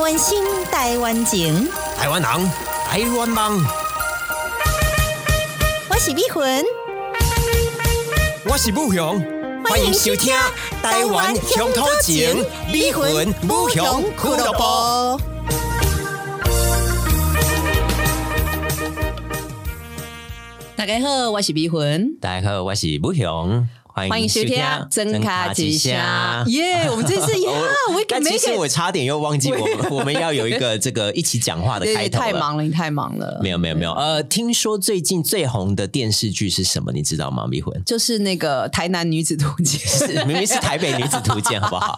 湾心，台湾情，台湾人，台湾梦，我是美魂，我是武雄，欢迎收听《台湾乡土情》，美魂武雄俱乐部。部。大家好，我是美魂，大家好，我是武雄，欢欢迎收听嗯《啊真卡之虾》。耶！我们 这次呀，我但每其实个我差点又忘记我 们我们要有一个这个一起讲话的对开对头太了。忙了，你太忙了没。有没有没有，呃，听说最近最红的电视剧是什么？你知道吗？迷 魂就是那个台南女子图 鉴，是明明是台北女子图鉴，好不好？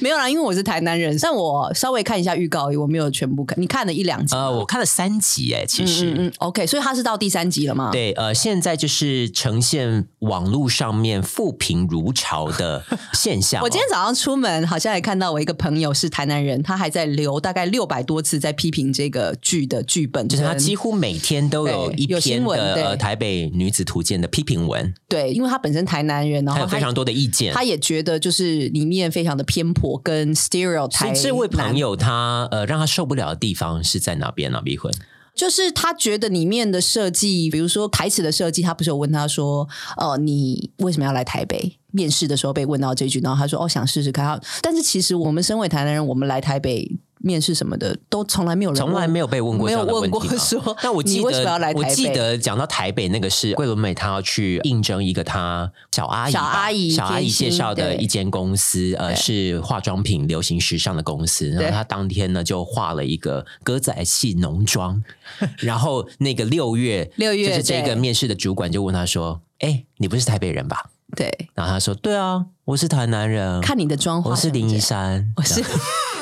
没有啦，因为我是台南人，但我稍微看一下预告而已，我没有全部看。你看了一两集，呃，我看了三集哎，其实、嗯嗯，OK，所以他是到第三集了嘛？，对，呃，现在就是呈现网络上面富评如潮的现象、 哦我今天早上出门，好像也看到我一个朋友是台南人，他还在留大概六百多次在批评这个剧的剧本就跟，是他几乎每天都有对一有篇新闻的对呃台北女子图鉴的批评文，对，因为他本身台南人，然还后有非常他多的意见。他也觉得就是里面非常的偏颇跟 stereo 所台以这位南朋友他呃让他受不了的地方是在哪边呢、啊？迷魂就是他觉得里面的设计，比如说台词的设计，他不是有问他说，呃，你为什么要来台北？面试的时候被问到这句，然后他说，哦，想试试看。他但是其实我们身为台南人，我们来台北面试什么的，都从来没有人从来没有被问过这没有样的问问题过吗。说，那我记你得为什么要来台我北？记得讲到台北那个是桂纶镁，她要去应征一个她小阿姨吧小阿姨小阿姨甜心介绍的对一间公司，呃，对是化妆品流行时尚的公司。然后对她当天呢就化了一个歌仔戏浓 妆，然后那个六月六月就是这对个面试的主管就问她说：“哎，你不是台北人吧对，？”然后她说：“对啊，我是台南人，看你的妆化我是成这样，林一山，我是。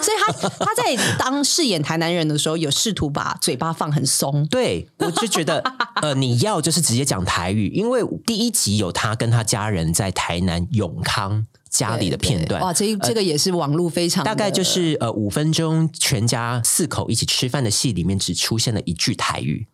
所以他他在当饰演台南人的时候，有试图把嘴巴放很松，对，我就觉 得，呃，你要就是直接讲台语，因为第一集有他跟他家人在台南永康家里的片对对段，哇，这一这个也是网络非常大概的就是呃五分钟，全家四口一起吃饭的戏里面只出现了一句台语。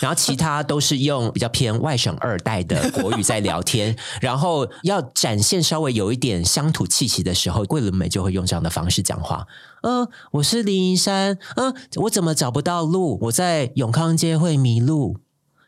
然后其他都是用比较偏外省二代的国语在聊天，然后要展现稍微有一点乡土气息的时候，桂纶镁就会用这样的方式讲话。嗯、我是林一山，嗯、我怎么找不到路？我在永康街会迷路。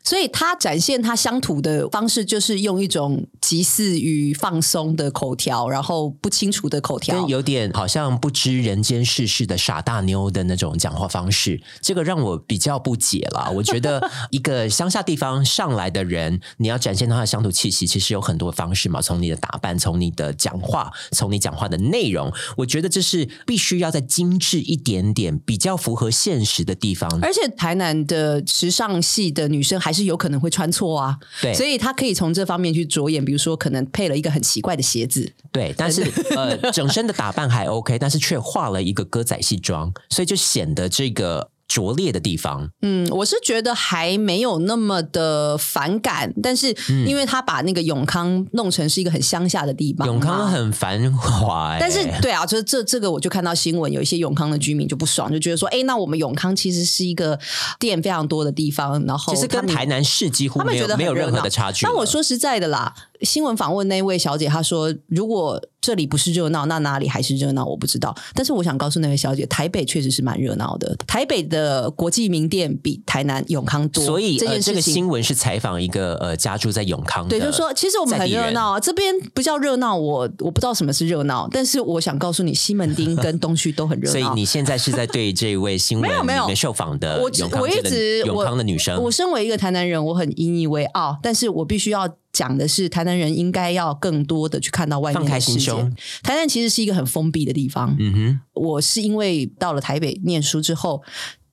所以他展现他乡土的方式，就是用一种极似于放松的口条，然后不清楚的口条跟。有点好像不知人间世事的傻大妞的那种讲话方式，这个让我比较不解 啦。我觉得一个乡下地方上来的人，你要展现他的乡土气息，其实有很多方式嘛，从你的打扮，从你的讲话，从你讲话的内容，我觉得这是必须要再精致一点点，比较符合现实的地方。而且台南的时尚系的女生还是有可能会穿错啊，对，所以她可以从这方面去着眼，比如说可能配了一个很奇怪的鞋子，对，但 是呃，整身的打扮还 OK，但是却化了一个歌仔戏妆，所以就显得这个拙劣的地方。嗯，我是觉得还没有那么的反感，但是嗯因为他把那个永康弄成是一个很乡下的地方嘛，永康很繁华、欸，啊但是对啊，就是这这个我就看到新闻，有一些永康的居民就不爽，就觉得说，哎，那我们永康其实是一个店非常多的地方，然后其实哦跟他们台南市几乎他们没觉有得没很有任热何闹的差距了。但我说实在的啦，新闻访问那位小姐，她说如果这里不是热闹，那哪里还是热闹？我不知道。但是我想告诉那位小姐，台北确实是蛮热闹的，台北的国际名店比台南永康多，所以这呃，件这事个情。新闻是采访一个呃家住在永康的，对，就说其实我们在很地人热闹啊，这边不叫热闹，我我不知道什么是热闹，但是我想告诉你，西门町跟东区都很热闹。所以你现在是在对这位新闻 没有没有里面受访的我只永康我一街的直永我康的女生，我身为一个台南人，我很引以为傲，但是我必须要讲的是，台南人应该要更多的去看到外面放开的世心界。胸。台南其实是一个很封闭的地方。嗯哼，我是因为到了台北念书之后，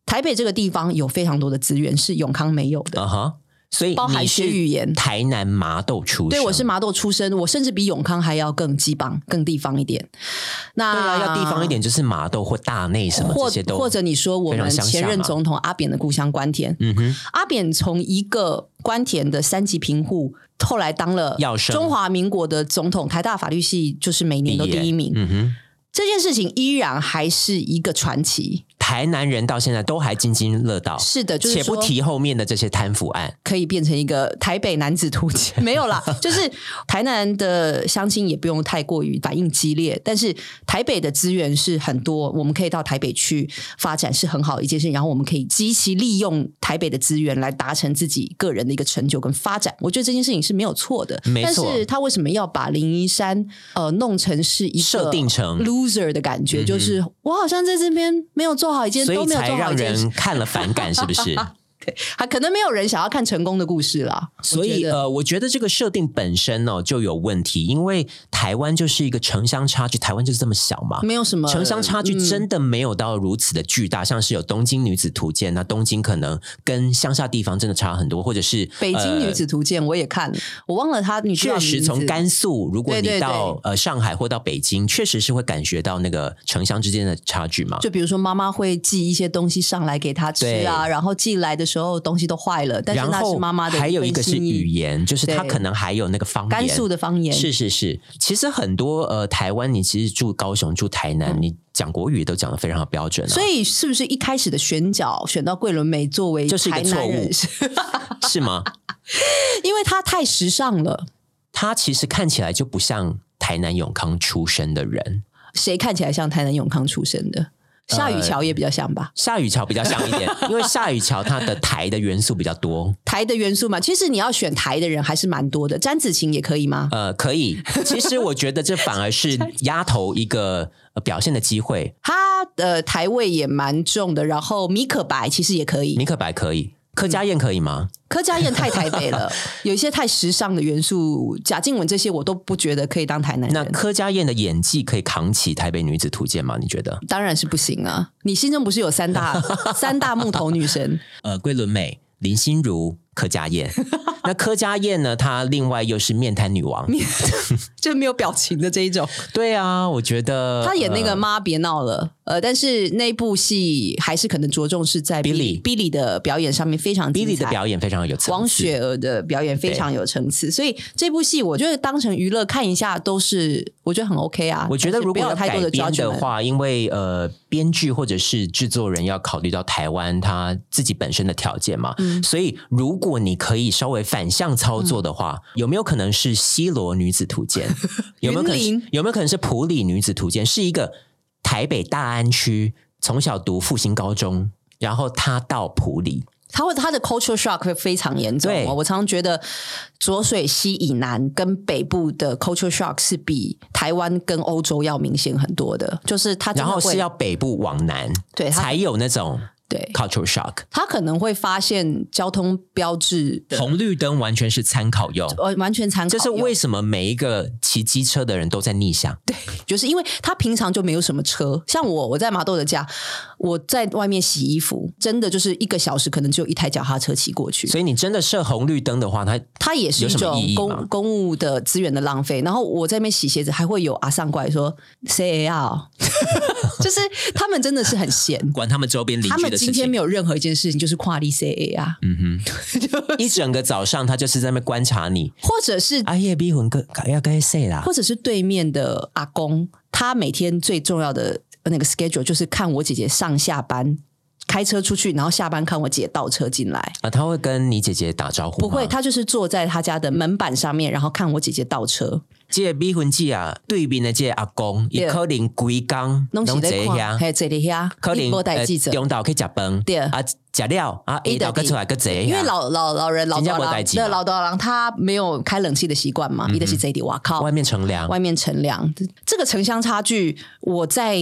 台北这个地方有非常多的资源是永康没有的，啊哈，所以包含你是学语言台南麻豆出生，对，我是麻豆出身，我甚至比永康还要更基棒、更地方一点。那对啊，要地方一，点就是麻豆或大内什么或这些都，或者你说我非常们乡下前任嘛总统阿扁的故乡关田，嗯哼，阿扁从一个关田的三级贫户，后来当了药生中华民国的总统，台大法律系就是每年都第一名，嗯哼，这件事情依然还是一个传奇。台南人到现在都还津津乐道，是的，就是且不说提后面的这些贪腐案。可以变成一个台北男子图鉴，没有啦， 就是台南的相亲也不用太过于反应激烈，但是台北的资源是很多，我们可以到台北去发展是很好的一件事情，然后我们可以积极利用台北的资源来达成自己个人的一个成就跟发展，我觉得这件事情是没有错的，没错但是他为什么要把灵一山呃弄成是一个设定成嗯 loser 的感觉？就是我好像在这边没有做好一件，所都以没有才做好让一件事人看了反感，是不 是？对，还可能没有人想要看成功的故事啦。所我以觉得呃，我觉得这个设定本身哦就有问题，因为台湾就是一个城乡差距，台湾就是这么小嘛。没有什么嗯城乡差距真的没有到如此的巨大，像是有东京女子图鉴，那东京可能跟乡下地方真的差很多，或者是北京女呃子图鉴》我也看了，呃我忘了她女主角确实，名从字甘肃，如果对对你到呃上海或到北京，确实是会感觉到那个城乡之间的差距嘛。就比如说妈妈会寄一些东西上来给她吃啊，对然后寄来的时候东西都坏了，但是然那后是妈妈的还有一个是份心意语言，就是它对可能还有那个方言。甘肃的方言，是是是，其实很多呃台湾，你其实住高雄、住台南，你讲国语都讲的非常好标准、啊，嗯所以是不是一开始的选角选到桂纶镁作为就是一个台南人，是吗？ 因为她太时尚了，他其实看起来就不像台南永康出身的人。谁看起来像台南永康出身的？呃夏雨乔也比较像吧。夏雨乔比较像一点，因为夏雨乔她的台的元素比较多，台的元素嘛，其实你要选台的人还是蛮多的。詹子晴也可以吗？呃，可以。其实我觉得这反而 是丫头一个、呃表现的机会。她的台位也蛮重的，然后米可白其实也可以尼，克白可以，柯嗯佳燕可以吗？柯佳燕太台北 了，有一些太时尚的元素，贾静雯这些我都不觉得可以当台南那人，柯佳燕的演技可以扛起《台北女子图鉴》吗？你觉得？当然是不行啊！你心中不是有三 大三大木头女神？呃，桂纶镁、林心如、柯佳 燕。那柯佳燕呢？她另外又是面瘫女王。就没有表情的这一种，对啊，我觉得她演那个呃妈别闹了，呃，但是那部戏还是可能着重是在 Billy Billy 的表演上面非常精 Billy 彩的表演非常有层次。王雪儿的表演非常有层次，所以这部戏我觉得当成娱乐看一下都是我觉得很 OK 啊。我觉得但是如果不要要太改多的编抓取的，话，因为呃，编剧或者是制作人要考虑到台湾他自己本身的条件嘛，嗯所以如果你可以稍微反向操作的话，有没有可能是西罗女子图鉴？有没有可能 云是林有没有可能是普里女子图鉴？是一个台北大安区从小读复兴高中，然后她到普里，他会他的 culture shock 会非常严重、对哦。我常常觉得浊水溪以南跟北部的 culture shock 是比台湾跟欧洲要明显很多的，就是他真然的后会是要北部往南，对他才有那种对 cultural shock。他可能会发现交通标志的红绿灯完全是参考用，呃完全参考这用，是为什么每一个骑机车的人都在逆嗯向？就是因为他平常就没有什么车，像我，我在麻豆的家，我在外面洗衣服，真的就是一个小时，可能只有一台脚踏车骑过去。所以你真的设红绿灯的话，它它也是一有什么意义种吗公公务的资源的浪费。然后我在那边洗鞋子，还会有阿上过来说 “say 啊”， 就是他们真的是很闲。管他们周 边邻他居们的今事天没情。有任何一件事情就是跨立 C A 啊，嗯哼，一整个早上他就是在那边观察 你。或者是阿叶逼魂哥要该谁 啦？或者是对面的阿公，他每天最重要的那个 schedule 就是看我姐姐上下班，开车出去，然后下班看我姐倒车进来。啊，他会跟你姐姐打招呼不吗？会，他就是坐在他家的门板上面，然后看我姐姐倒车，这个逼魂记啊，对面的这个阿公，对一可能规工弄起在看，遐，还有这里呀，可能波带呃记者，中岛去食饭，对啊，食了啊，他下就岛再出来个坐遐。因为老老老人老啊真多的没郎事嘛嗯对老多郎他没有开冷气的习惯嘛，一的是这里，哇靠外，面乘凉，外面乘凉，这个城乡差距，我在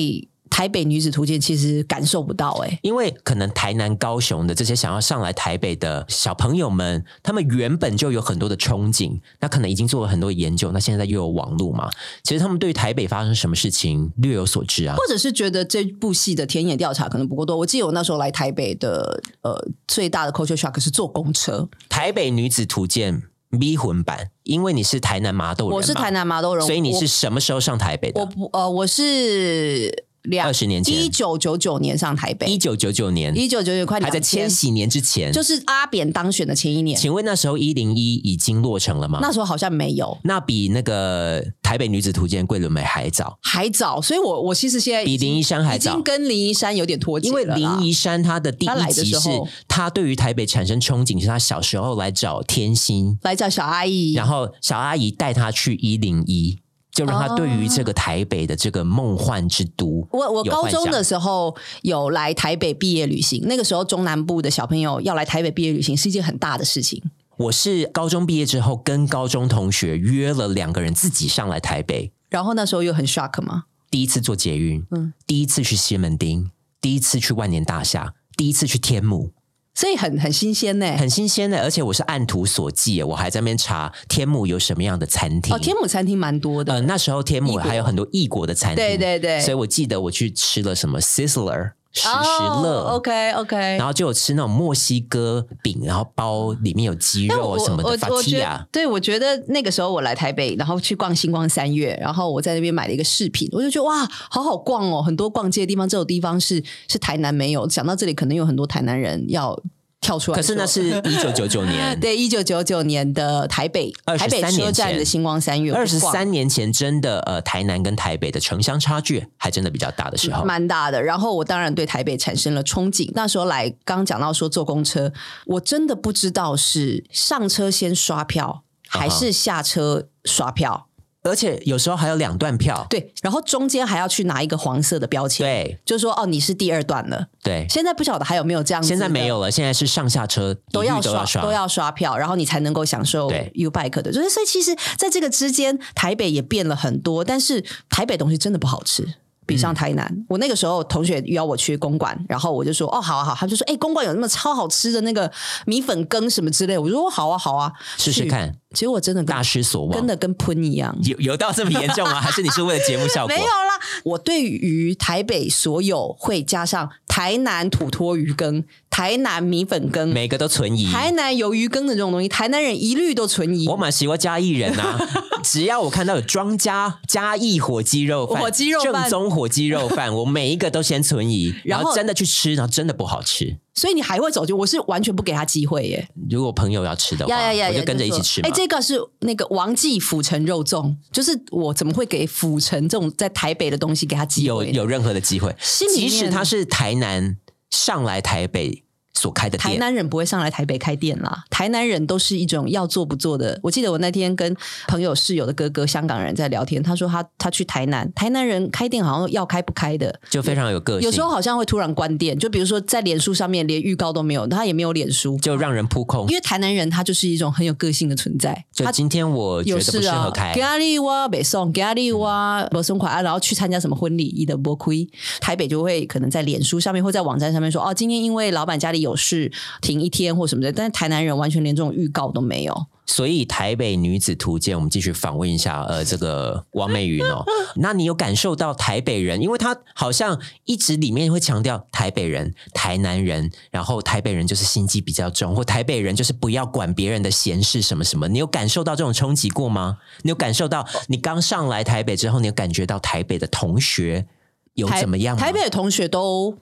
台北女子图鉴其实感受不到哎、因为可能台南、高雄的这些想要上来台北的小朋友们，他们原本就有很多的憧憬，那可能已经做了很多研究，那现在又有网络嘛，其实他们对台北发生什么事情略有所知啊。或者是觉得这部戏的田野调查可能不够多。我记得我那时候来台北的呃最大的 culture shock 是坐公车，台北女子图鉴迷魂版，因为你是台南麻豆人，我是台，南麻豆人，所以你我是什么时候上台北我的？不呃我是两二十年一前，九九九年上台一北，九九九年，一九九九快还在两千禧年之前。就是阿扁当选的前一年，请问那时候一零一已经落成了吗？那时候好像没有，那比那个台北女子图鉴桂纶镁还早，还早，所以我我其实现在比已经林一山还已早经。跟林一山有点脱节因为了啦林宜山她的第她一来的集时是候她对于台北产生憧憬，是她小时候来找天心，来找小阿姨，然后小阿姨带她去一零一，就让她对于这哦个台北的这个梦幻之都，我我有高幻想中的时候有来台北毕业旅行，那个时候中南部的小朋友要来台北毕业旅行是一件很大的事情。我是高中毕业之后跟高中同学约了两个人自己上来台北，然后那时候又很 shock 嘛，第一次坐捷运，嗯第一次去西门町，第一次去万年大厦，第一次去天母，所以很很新鲜呢、很新鲜的，而且我是按图索骥耶，我还在那边查天母有什么样的餐厅。哦，天母餐厅蛮多的，呃，那时候天母异国还有很多异国的餐厅，对对对所以我记得我去吃了什么 Sizzler 时时呃乐、哦、，OK OK 然。后就有吃那种墨西哥饼，然后包里面有鸡但肉我啊什么我的，法我提觉亚得，。对，我觉得那个时候我来台北，然后去逛星光三月，然后我在那边买了一个饰品，我就觉得哇，好好逛哦，很多逛街的地方，这种地方是是台南没有。想到这里，可能有很多台南人要跳出来可说。是那是一九九九年， 对，一九九九年的台北，台北23车站年的前星光三月，二十我去三年前，真的呃，台南跟台北的城乡差距还真的比较大的时候逛。蛮大的。然后我当然对台北产生了憧憬。那时候来，刚刚讲到说坐公车，我真的不知道是上车先刷票啊还是下车刷票。而且有时候还有两段票，对，然后中间还要去拿一个黄色的标签，对就说哦你是第二段了。对，现在不晓得还有没有这样子，现在没。有了，现在是上下车都一律要都刷要刷，都要刷票，然后你才能够享受对 U Bike 的。就是所以其实在这个之间，台北也变了很多，但是台北东西真的不好吃。比嗯上台南，我那个时候同学邀我去公馆，然后我就说哦好啊好啊，他们就说哎、公馆有那么超好吃的那个米粉羹什么之类的，我说哦好啊好啊，试试看，结果真的跟大失所望真。的跟喷一样，有有到这么严重 吗？还是你是为了节目效果没有？啦，我对于台北所有会加上台南土托鱼羹、台南米粉羹、每个都存疑。台南鱿鱼羹的这种东西，台南人一律都存疑。我蛮喜欢嘉义人 啊，只要我看到有庄家嘉义火鸡肉饭、火鸡肉正饭宗火鸡肉饭，我每一个都先存疑， 然然后后真的去吃，然后真的不好吃。所以你还会走进，我是完全不给他机会耶。如果朋友要吃的话，我就跟着一起吃嘛哎，。这个是那个王记府城肉粽，就是我怎么会给府城这种在台北的东西给他机有会呢？有任何的机会，心里即面使他是台南上来台北所开的台店，南人不会上来台北开店啦，台南人都是一种要做不做的。我记得我那天跟朋友室友的哥哥香港人在聊天，他说他他去台南，台南人开店好像要开不开的，就非常有个性，有时候好像会突然关店，就比如说在脸书上面连预告都没有，他也没有脸书，就让人扑空因。为台南人他就是一种很有个性的存在，就他。今天我觉有得不事适合啊开，，给阿丽哇北宋，给阿丽哇北松款啊，然后去参加什么婚礼，一的波亏，台北就会可能在脸书上面或在网站上面说，哦，今天因为老板家里有事停一天或什么的，但是台南人完全连这种预告都没有。所以台北女子图鉴，我们继续访问一下，呃，这 个王美云哦，那你有感受到台北人，因为她好像一直里面会强调台北人、台南人，然后台北人就是心机比较重，或台北人就是不要管别人的闲事什么什么，你有感受到这种冲击过吗？你有感受到你刚上来台北之后，你有感觉到台北的同学有台怎么样吗？啊台北的同学都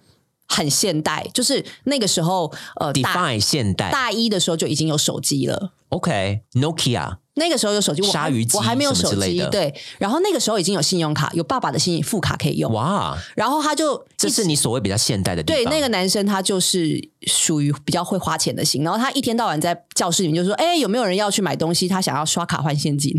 很现代，就是那个时候，呃，大 define 现代大一的时候就已经有手机了。 ，OK，Nokia，那个时候有手机，我还鲨鱼机我还没有什么手之类机的，对。然后那个时候已经有信用卡，有爸爸的信副卡可以用。哇，然后他就这一是你所谓比较现代的地对，方。那个男生他就是属于比较会花钱的型，然后他一天到晚在教室里面就说：“哎、有没有人要去买东西？他想要刷卡换现金，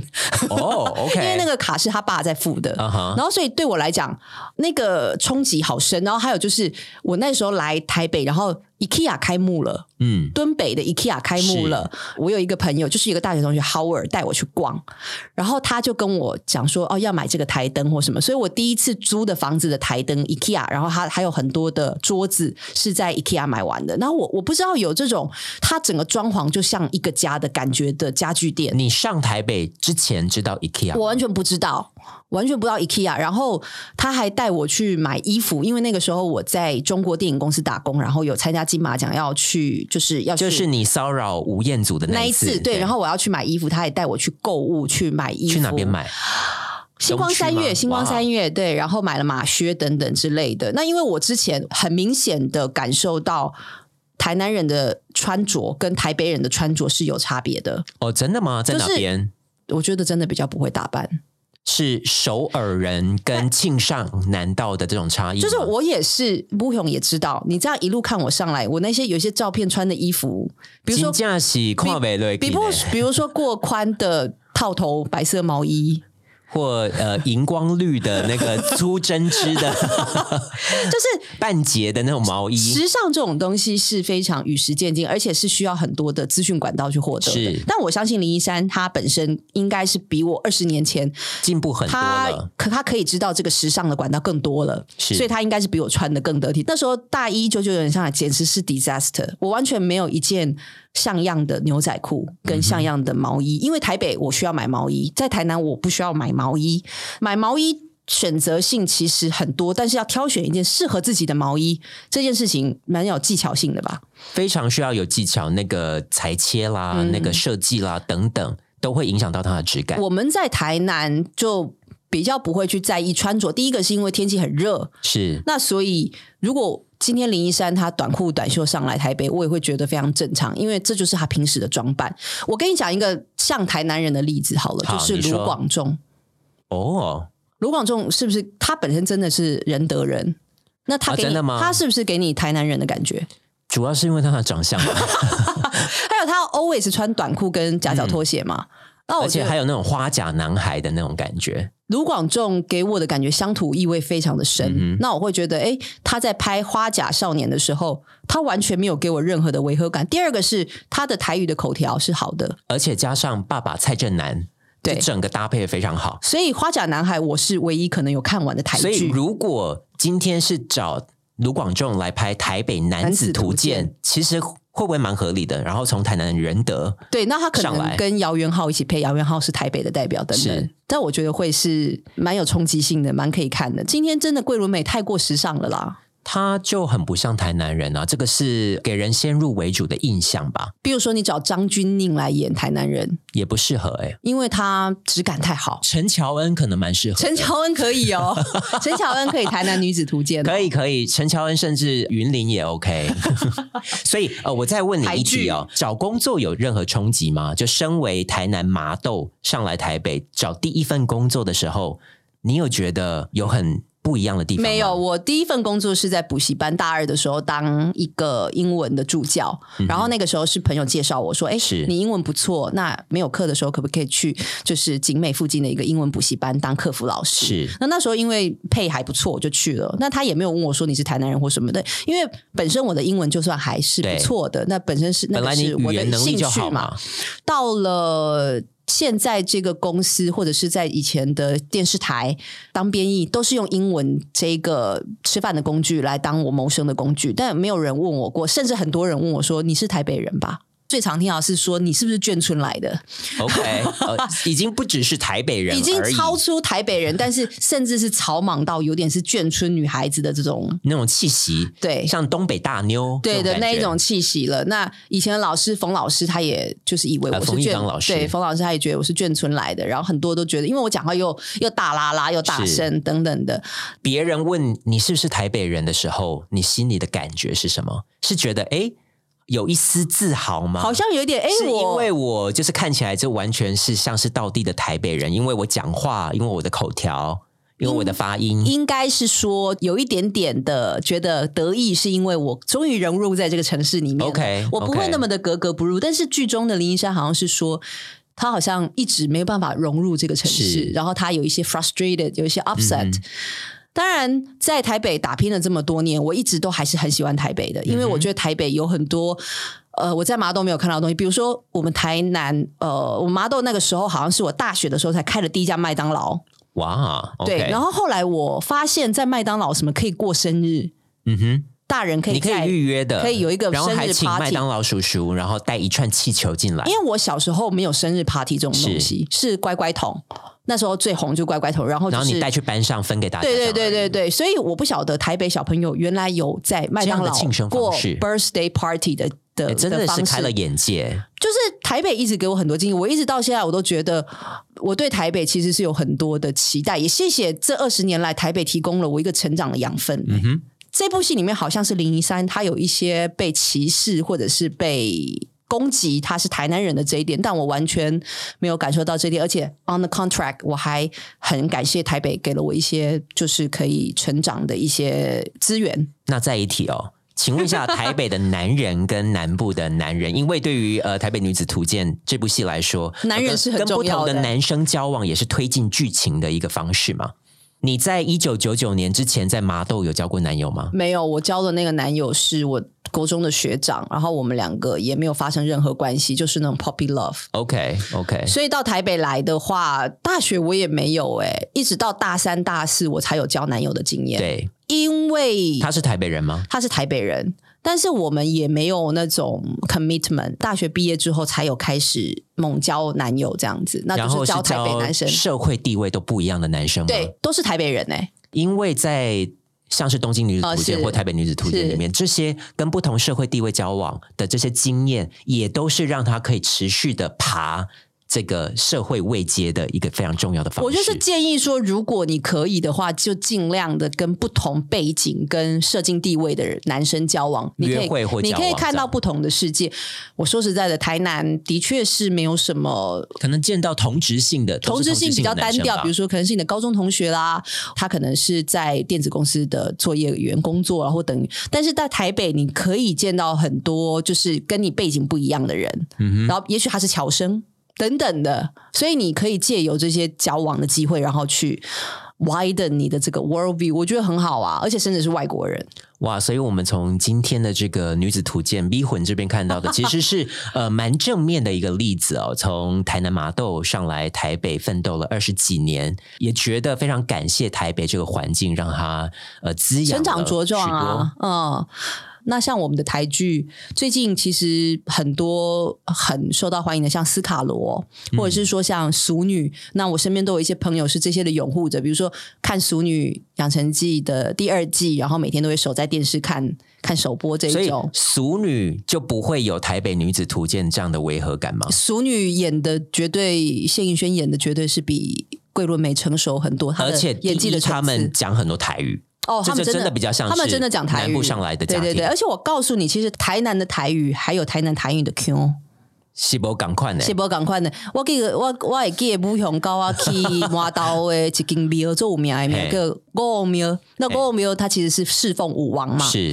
哦，OK， 因为那个卡是他爸在付的。嗯哼然后所以对我来讲，那个冲击好深。然后还有就是，我那时候来台北，然后 IKEA 开幕了。嗯，敦北的 IKEA 开幕了，我有一个朋友，就是一个大学同学 Howard 带我去逛，然后他就跟我讲说，哦，要买这个台灯或什么，所以我第一次租的房子的台灯 IKEA，然后他还有很多的桌子是在 IKEA 买完的，然后我我不知道有这种，它整个装潢就像一个家的感觉的家具店，你上台北之前知道 IKEA，我完全不知道，完全不知道 IKEA。然后他还带我去买衣服，因为那个时候我在中国电影公司打工，然后有参加金马奖，要去就是要去就是你骚扰吴彦祖的那一一次，对，然后我要去买衣服，他也带我去购物去买衣服。去哪边？买？星光三东区月，吗星光三月，对，然后买了马靴等等之类的。那因为我之前很明显的感受到台南人的穿着跟台北人的穿着是有差别的，哦，真的吗？在哪就是边？我觉得真的比较不会打扮。是首尔人跟庆尚南道的这种差异吗，就是我也是，不勇也知道，你这样一路看我上来，我那些有些照片穿的衣服，比如说金价是跨北瑞，比不，比如说过宽的套头白色毛衣，或 呃荧光绿的那个粗针织的就是半截的那种毛衣，时尚这种东西是非常与时渐进，而且是需要很多的资讯管道去获得的是。但我相信林一山他本身应该是比我二十年前，进步很多他了。可他可以知道这个时尚的管道更多了，是所以他应该是比我穿的更得体。那时候大一九九年上来简直是 disaster，我完全没有一件像样的牛仔裤跟像样的毛嗯衣，因为台北我需要买毛衣，在台南我不需要买毛衣，买毛衣。选择性其实很多，但是要挑选一件适合自己的毛衣，这件事情蛮有技巧性的吧？非常需要有技巧，那个裁切啦、那个设计啦等等，都会影响到它的质感。嗯我们在台南就比较不会去在意穿着，第一个是因为天气很热，是那所以，如果今天林一山他短裤短袖上来台北，我也会觉得非常正常，因为这就是他平时的装扮。我跟你讲一个像台南人的例子好了，好就是你卢说广仲。哦，卢广仲是不是他本身真的是仁德人？那他啊给你、真的吗他是不是给你台南人的感觉？主要是因为它的长相吧，还有他 always 穿短裤跟夹脚拖鞋嘛？那嗯我而觉且得还有那种花甲男孩的那种感觉。卢广仲给我的感觉乡土意味非常的深。嗯那我会觉得，哎，他在拍《花甲少年》的时候，他完全没有给我任何的违和感。第二个是他的台语的口条是好的，而且加上爸爸蔡正南，对这整个搭配得非常好。所以《花甲男孩》我是唯一可能有看完的台所以剧。如果今天是找卢广仲来拍《台北男子图鉴》男其实会不会蛮合理的？然后从台南仁德，对，那他可上能来跟姚元浩一起配，姚元浩是台北的代表等等是。但我觉得会是蛮有冲击性的，蛮可以看的。今天真的桂纶镁太过时尚了啦。他就很不像台南人啊，这个是给人先入为主的印象吧，比如说，你找张钧甯来演台南人，也不适合哎、因为他质感太好。陈乔恩可能蛮适合的，陈乔恩可 以哦，陈乔恩可以台南女子图鉴、哦，可以可以，陈乔恩甚至云林也 OK。所以呃，我再问你一题哦，找工作有任何冲击吗？就身为台南麻豆上来台北找第一份工作的时候，你有觉得有很不一样的地方吗？没有，我第一份工作是在补习班，大二的时候当一个英文的助教，然后那个时候是朋友介绍我说，哎、嗯是你英文不错，那没有课的时候可不可以去就是景美附近的一个英文补习班当客服老师？是那那时候因为配还不错，我就去了。那他也没有问我说你是台南人或什么的，因为本身我的英文就算还是不对错的，那本身是那本个来你是语我的言能力兴就趣好嘛。，到了现在这个公司，或者是在以前的电视台当编译，都是用英文这个吃饭的工具来当我谋生的工具，但没有人问我过，甚至很多人问我说：“你是台北人吧？”最常听到是说：“你是不是眷村来的？” OK，、呃、已经不只是台北人而已，已经超出台北人，但是甚至是草莽到有点是眷村女孩子的这种那种气息，对像东北大妞对的这那一种感觉。气息了。那以前的老师冯老师，他也就是以为我呃是冯玉眷、刚老师对冯老师他也觉得我是眷村来的，然后很多都觉得，因为我讲话又又大啦啦又大声等等的，别人问你是不是台北人的时候，你心里的感觉是什么？是觉得诶有一丝自豪吗？好像有点哎啊是，因我为我就是看起来就完全是像是道地的台北人，因为我讲话，因为我的口条，因为我的发音，应该是说有一点点的觉得得意，是因为我终于融入在这个城市里面了。 OK，我不会 OK 那么的格格不入。但是剧中的林一山好像是说。他好像一直没有办法融入这个城市是，嗯然后他有一些 frustrated，有一些 upset、当然，在台北打拼了这么多年，我一直都还是很喜欢台北的，因为嗯我觉得台北有很多。呃，我在麻豆没有看到的东西，比如说我们台南，呃，我麻豆那个时候好像是我大学的时候才开了第一家麦当劳，哇，OK，对。然后后后来我发现，在麦当劳什么可以过生日，嗯哼，大人可以你可在以预约的，可以有一个然后生日还请 party 麦当劳叔叔，然后带一串气球进来因，为我小时候没有生日 party 这种东西，是乖乖桶，那时候最红就乖乖桶，然后嗯就然后是你带去班上分给大家，对对对嗯对对，所以我不晓得台北小朋友原来有在麦当这样劳的庆生方过式 birthday party 的的欸真的是方式开了眼界。就是台北一直给我很多惊喜，我一直到现在我都觉得我对台北其实是有很多的期待，也谢谢这二十年来台北提供了我一个成长的养分。嗯哼，这部戏里面好像是林一山，他有一些被歧视或者是被。攻击他是台南人的这一点，但我完全没有感受到这一点，而且 on the contract，我还很感谢台北给了我一些就是可以成长的一些资源。那再一题哦，请问一下台北的男人跟南部的男人，因为对于呃《台北女子图鉴》这部戏来说，男人呃是很跟不重要同的的男生交往，也是推进剧情的一个方式嘛。你在一九九九年之前在麻豆有交过男友吗？没有，我交的那个男友是我国中的学长，然后我们两个也没有发生任何关系，就是那种 puppy love。 OK OK，所以到台北来的话，大学我也没有哎、一直到大三、大四我才有交男友的经验。对，因为他是台北人吗？他是台北人，但是我们也没有那种 commitment。大学毕业之后才有开始猛交男友这样子，那然就后是交台北交男生，社会地位都不一样的男生吗？对，都是台北人哎、因为在像是《东京女子图鉴哦》是或《台北女子图鉴》里面，这些跟不同社会地位交往的这些经验，也都是让他可以持续的爬这个社会位阶的一个非常重要的方式。我就是建议说，如果你可以的话，就尽量的跟不同背景、跟社经地位的人男生交往，你可以约会或交往你可以看这到样不同的世界。我说实在的，台南的确是没有什么。可能见到同质性的同质性比较单调，比如说说可能是你的高中同学啦，他可能是在电子公司的作业员工作啊，或等于。但是在台北，你可以见到很多就是跟你背景不一样的人，然后也许他是侨生等等的，所以你可以借由这些交往的机会，然后去 widen 你的这个 world view，我觉得很好啊，而且甚至是外国人，哇，所以我们从今天的这个女子图鉴 V 魂这边看到的，其实 是呃蛮正面的一个例子哦。从台南麻豆上来台北奋斗了二十几年，也觉得非常感谢台北这个环境，让他呃滋养成长了茁壮啊，嗯。那像我们的台剧，最近其实很多很受到欢迎的，像斯卡罗，或嗯者是说像《俗女》那我身边都有一些朋友是这些的拥护者，比如说看《俗女养成记》的第二季，然后每天都会守在电视看看首播这许多。所一以。种俗女就不会有台北女子图鉴这样的违和感吗？熟女演的绝对，谢盈萱演的绝对是比桂纶镁成熟很多，她而的且演技的第一层他们次讲很多台语，哦，这他们就真真的比较像他们是真的讲台语南部上来的对家对对，庭而且我告诉你，其实台南的台语还有台南台语的 Q，西伯赶快呢，是无共款的。我记得我我会记得武雄高啊去麻豆的一间庙做有名的庙嘿叫五庙，那五庙它其实是侍奉武王嘛，是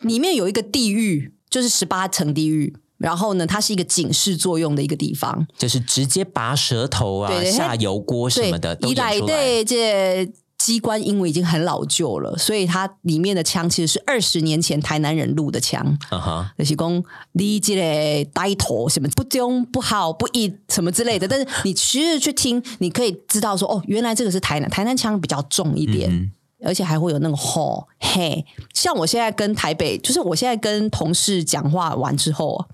里面有一个地狱，就是十八层地狱。然后呢，它是一个警示作用的一个地方，就是直接拔舌头啊对、对下油锅什对么的，都以演来出来。对这机关因为已经很老旧了，所以它里面的枪其实是二十年前台南人录的枪。嗯哼，就是讲你这个呆头什么不忠不好不义什么之类的，但是你其实去听，你可以知道说哦，原来这个是台南，台南腔比较重一点。嗯而且还会有那个吼嘿，像我现在跟台北，就是我现在跟同事讲话完之后，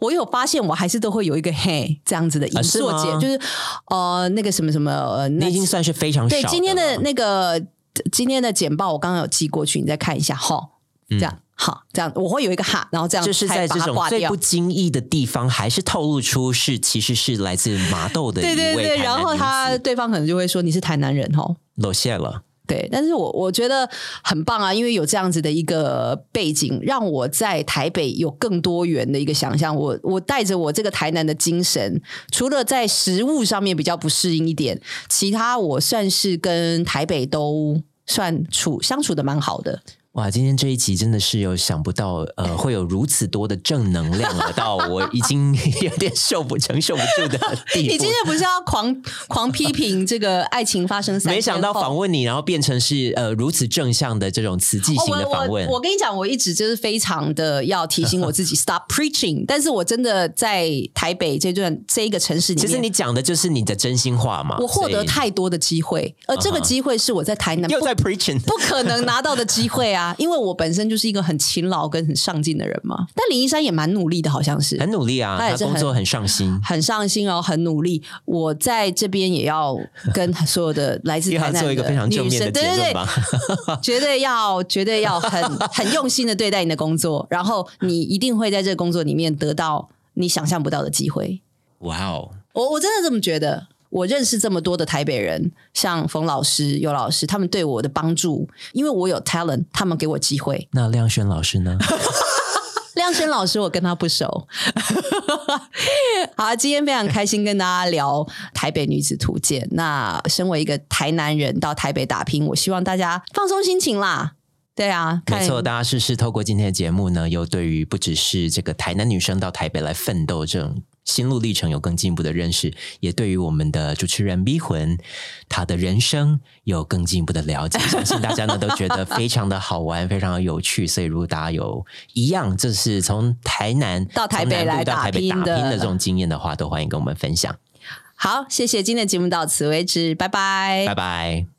我有发现我还是都会有一个嘿这样子的啊音是做吗解，就是呃那个什么什么呃，你那已经算是非常少对了今天的那个今天的简报，我刚刚有寄过去，你再看一下哈，这样、好，这样我会有一个哈，然后这嗯样就是才在把这它种挂最掉不。经意的地方，还是透露出是其实是来自麻豆的一对位对台对，南然后女他子对方可能就会说你是台南人哦，露馅了。对，但是我我觉得很棒啊，因为有这样子的一个背景，让我在台北有更多元的一个想象。我我带着我这个台南的精神，除了在食物上面比较不适应一点，其他我算是跟台北都算处相处的蛮好的。哇，今天这一集真的是有想不到，呃，会有如此多的正能量了，到我已经 有点受不承受不住的地 你步今。天不是要狂狂批评这个爱情发生三没想到访问。问你，然后变成是呃如此正向的这种慈济哦型的访问我我我跟你讲，我一直就是非常的要提醒我自己 stop preaching，但是我真的在台北这段这一个城市里面，其实你讲的就是你的真心话嘛。我获所得以太多的机会，而这个嗯哼机会是我在台南又不在 preaching，不可能拿到的机会啊，因为我本身就是一个很勤劳跟很上进的人嘛。但林一山也蛮努力的，好像是很努力啊，他也他是很工作很上心。很上心哦，很努力。我在这边也要跟所有的来自又台要南做一个非常正女面生，的对结对论对吧，？ 绝对要绝对要很很用心的对待你的工作，然后你一定会在这个工作里面得到你想象不到的机会。哇哦，我我真的这么觉得。我认识这么多的台北人，像冯老师、尤老师，他们对我的帮助，因为我有 talent，他们给我机会。那亮轩老师 呢？亮轩老师，我跟他不熟。 好，今天非常开心跟大家聊台北女子图鉴。那身为一个台南人到台北打拼，我希望大家放松心情啦。对啊，看没错，大家试试透过今天的节目呢，又对于不只是这个台南女生到台北来奋斗这种心路历程有更进一步的认识，也对于我们的主持人 V 魂她的人生有更进一步的了 解。相信大家呢都觉得非常的好玩，非常的有趣。所以如果大家有一样，就是从台南到台从北南部来到打台北打拼拼的的这种经验的话，都欢迎跟我们分享。哎好，谢谢，今天的节目到此为止，拜拜拜。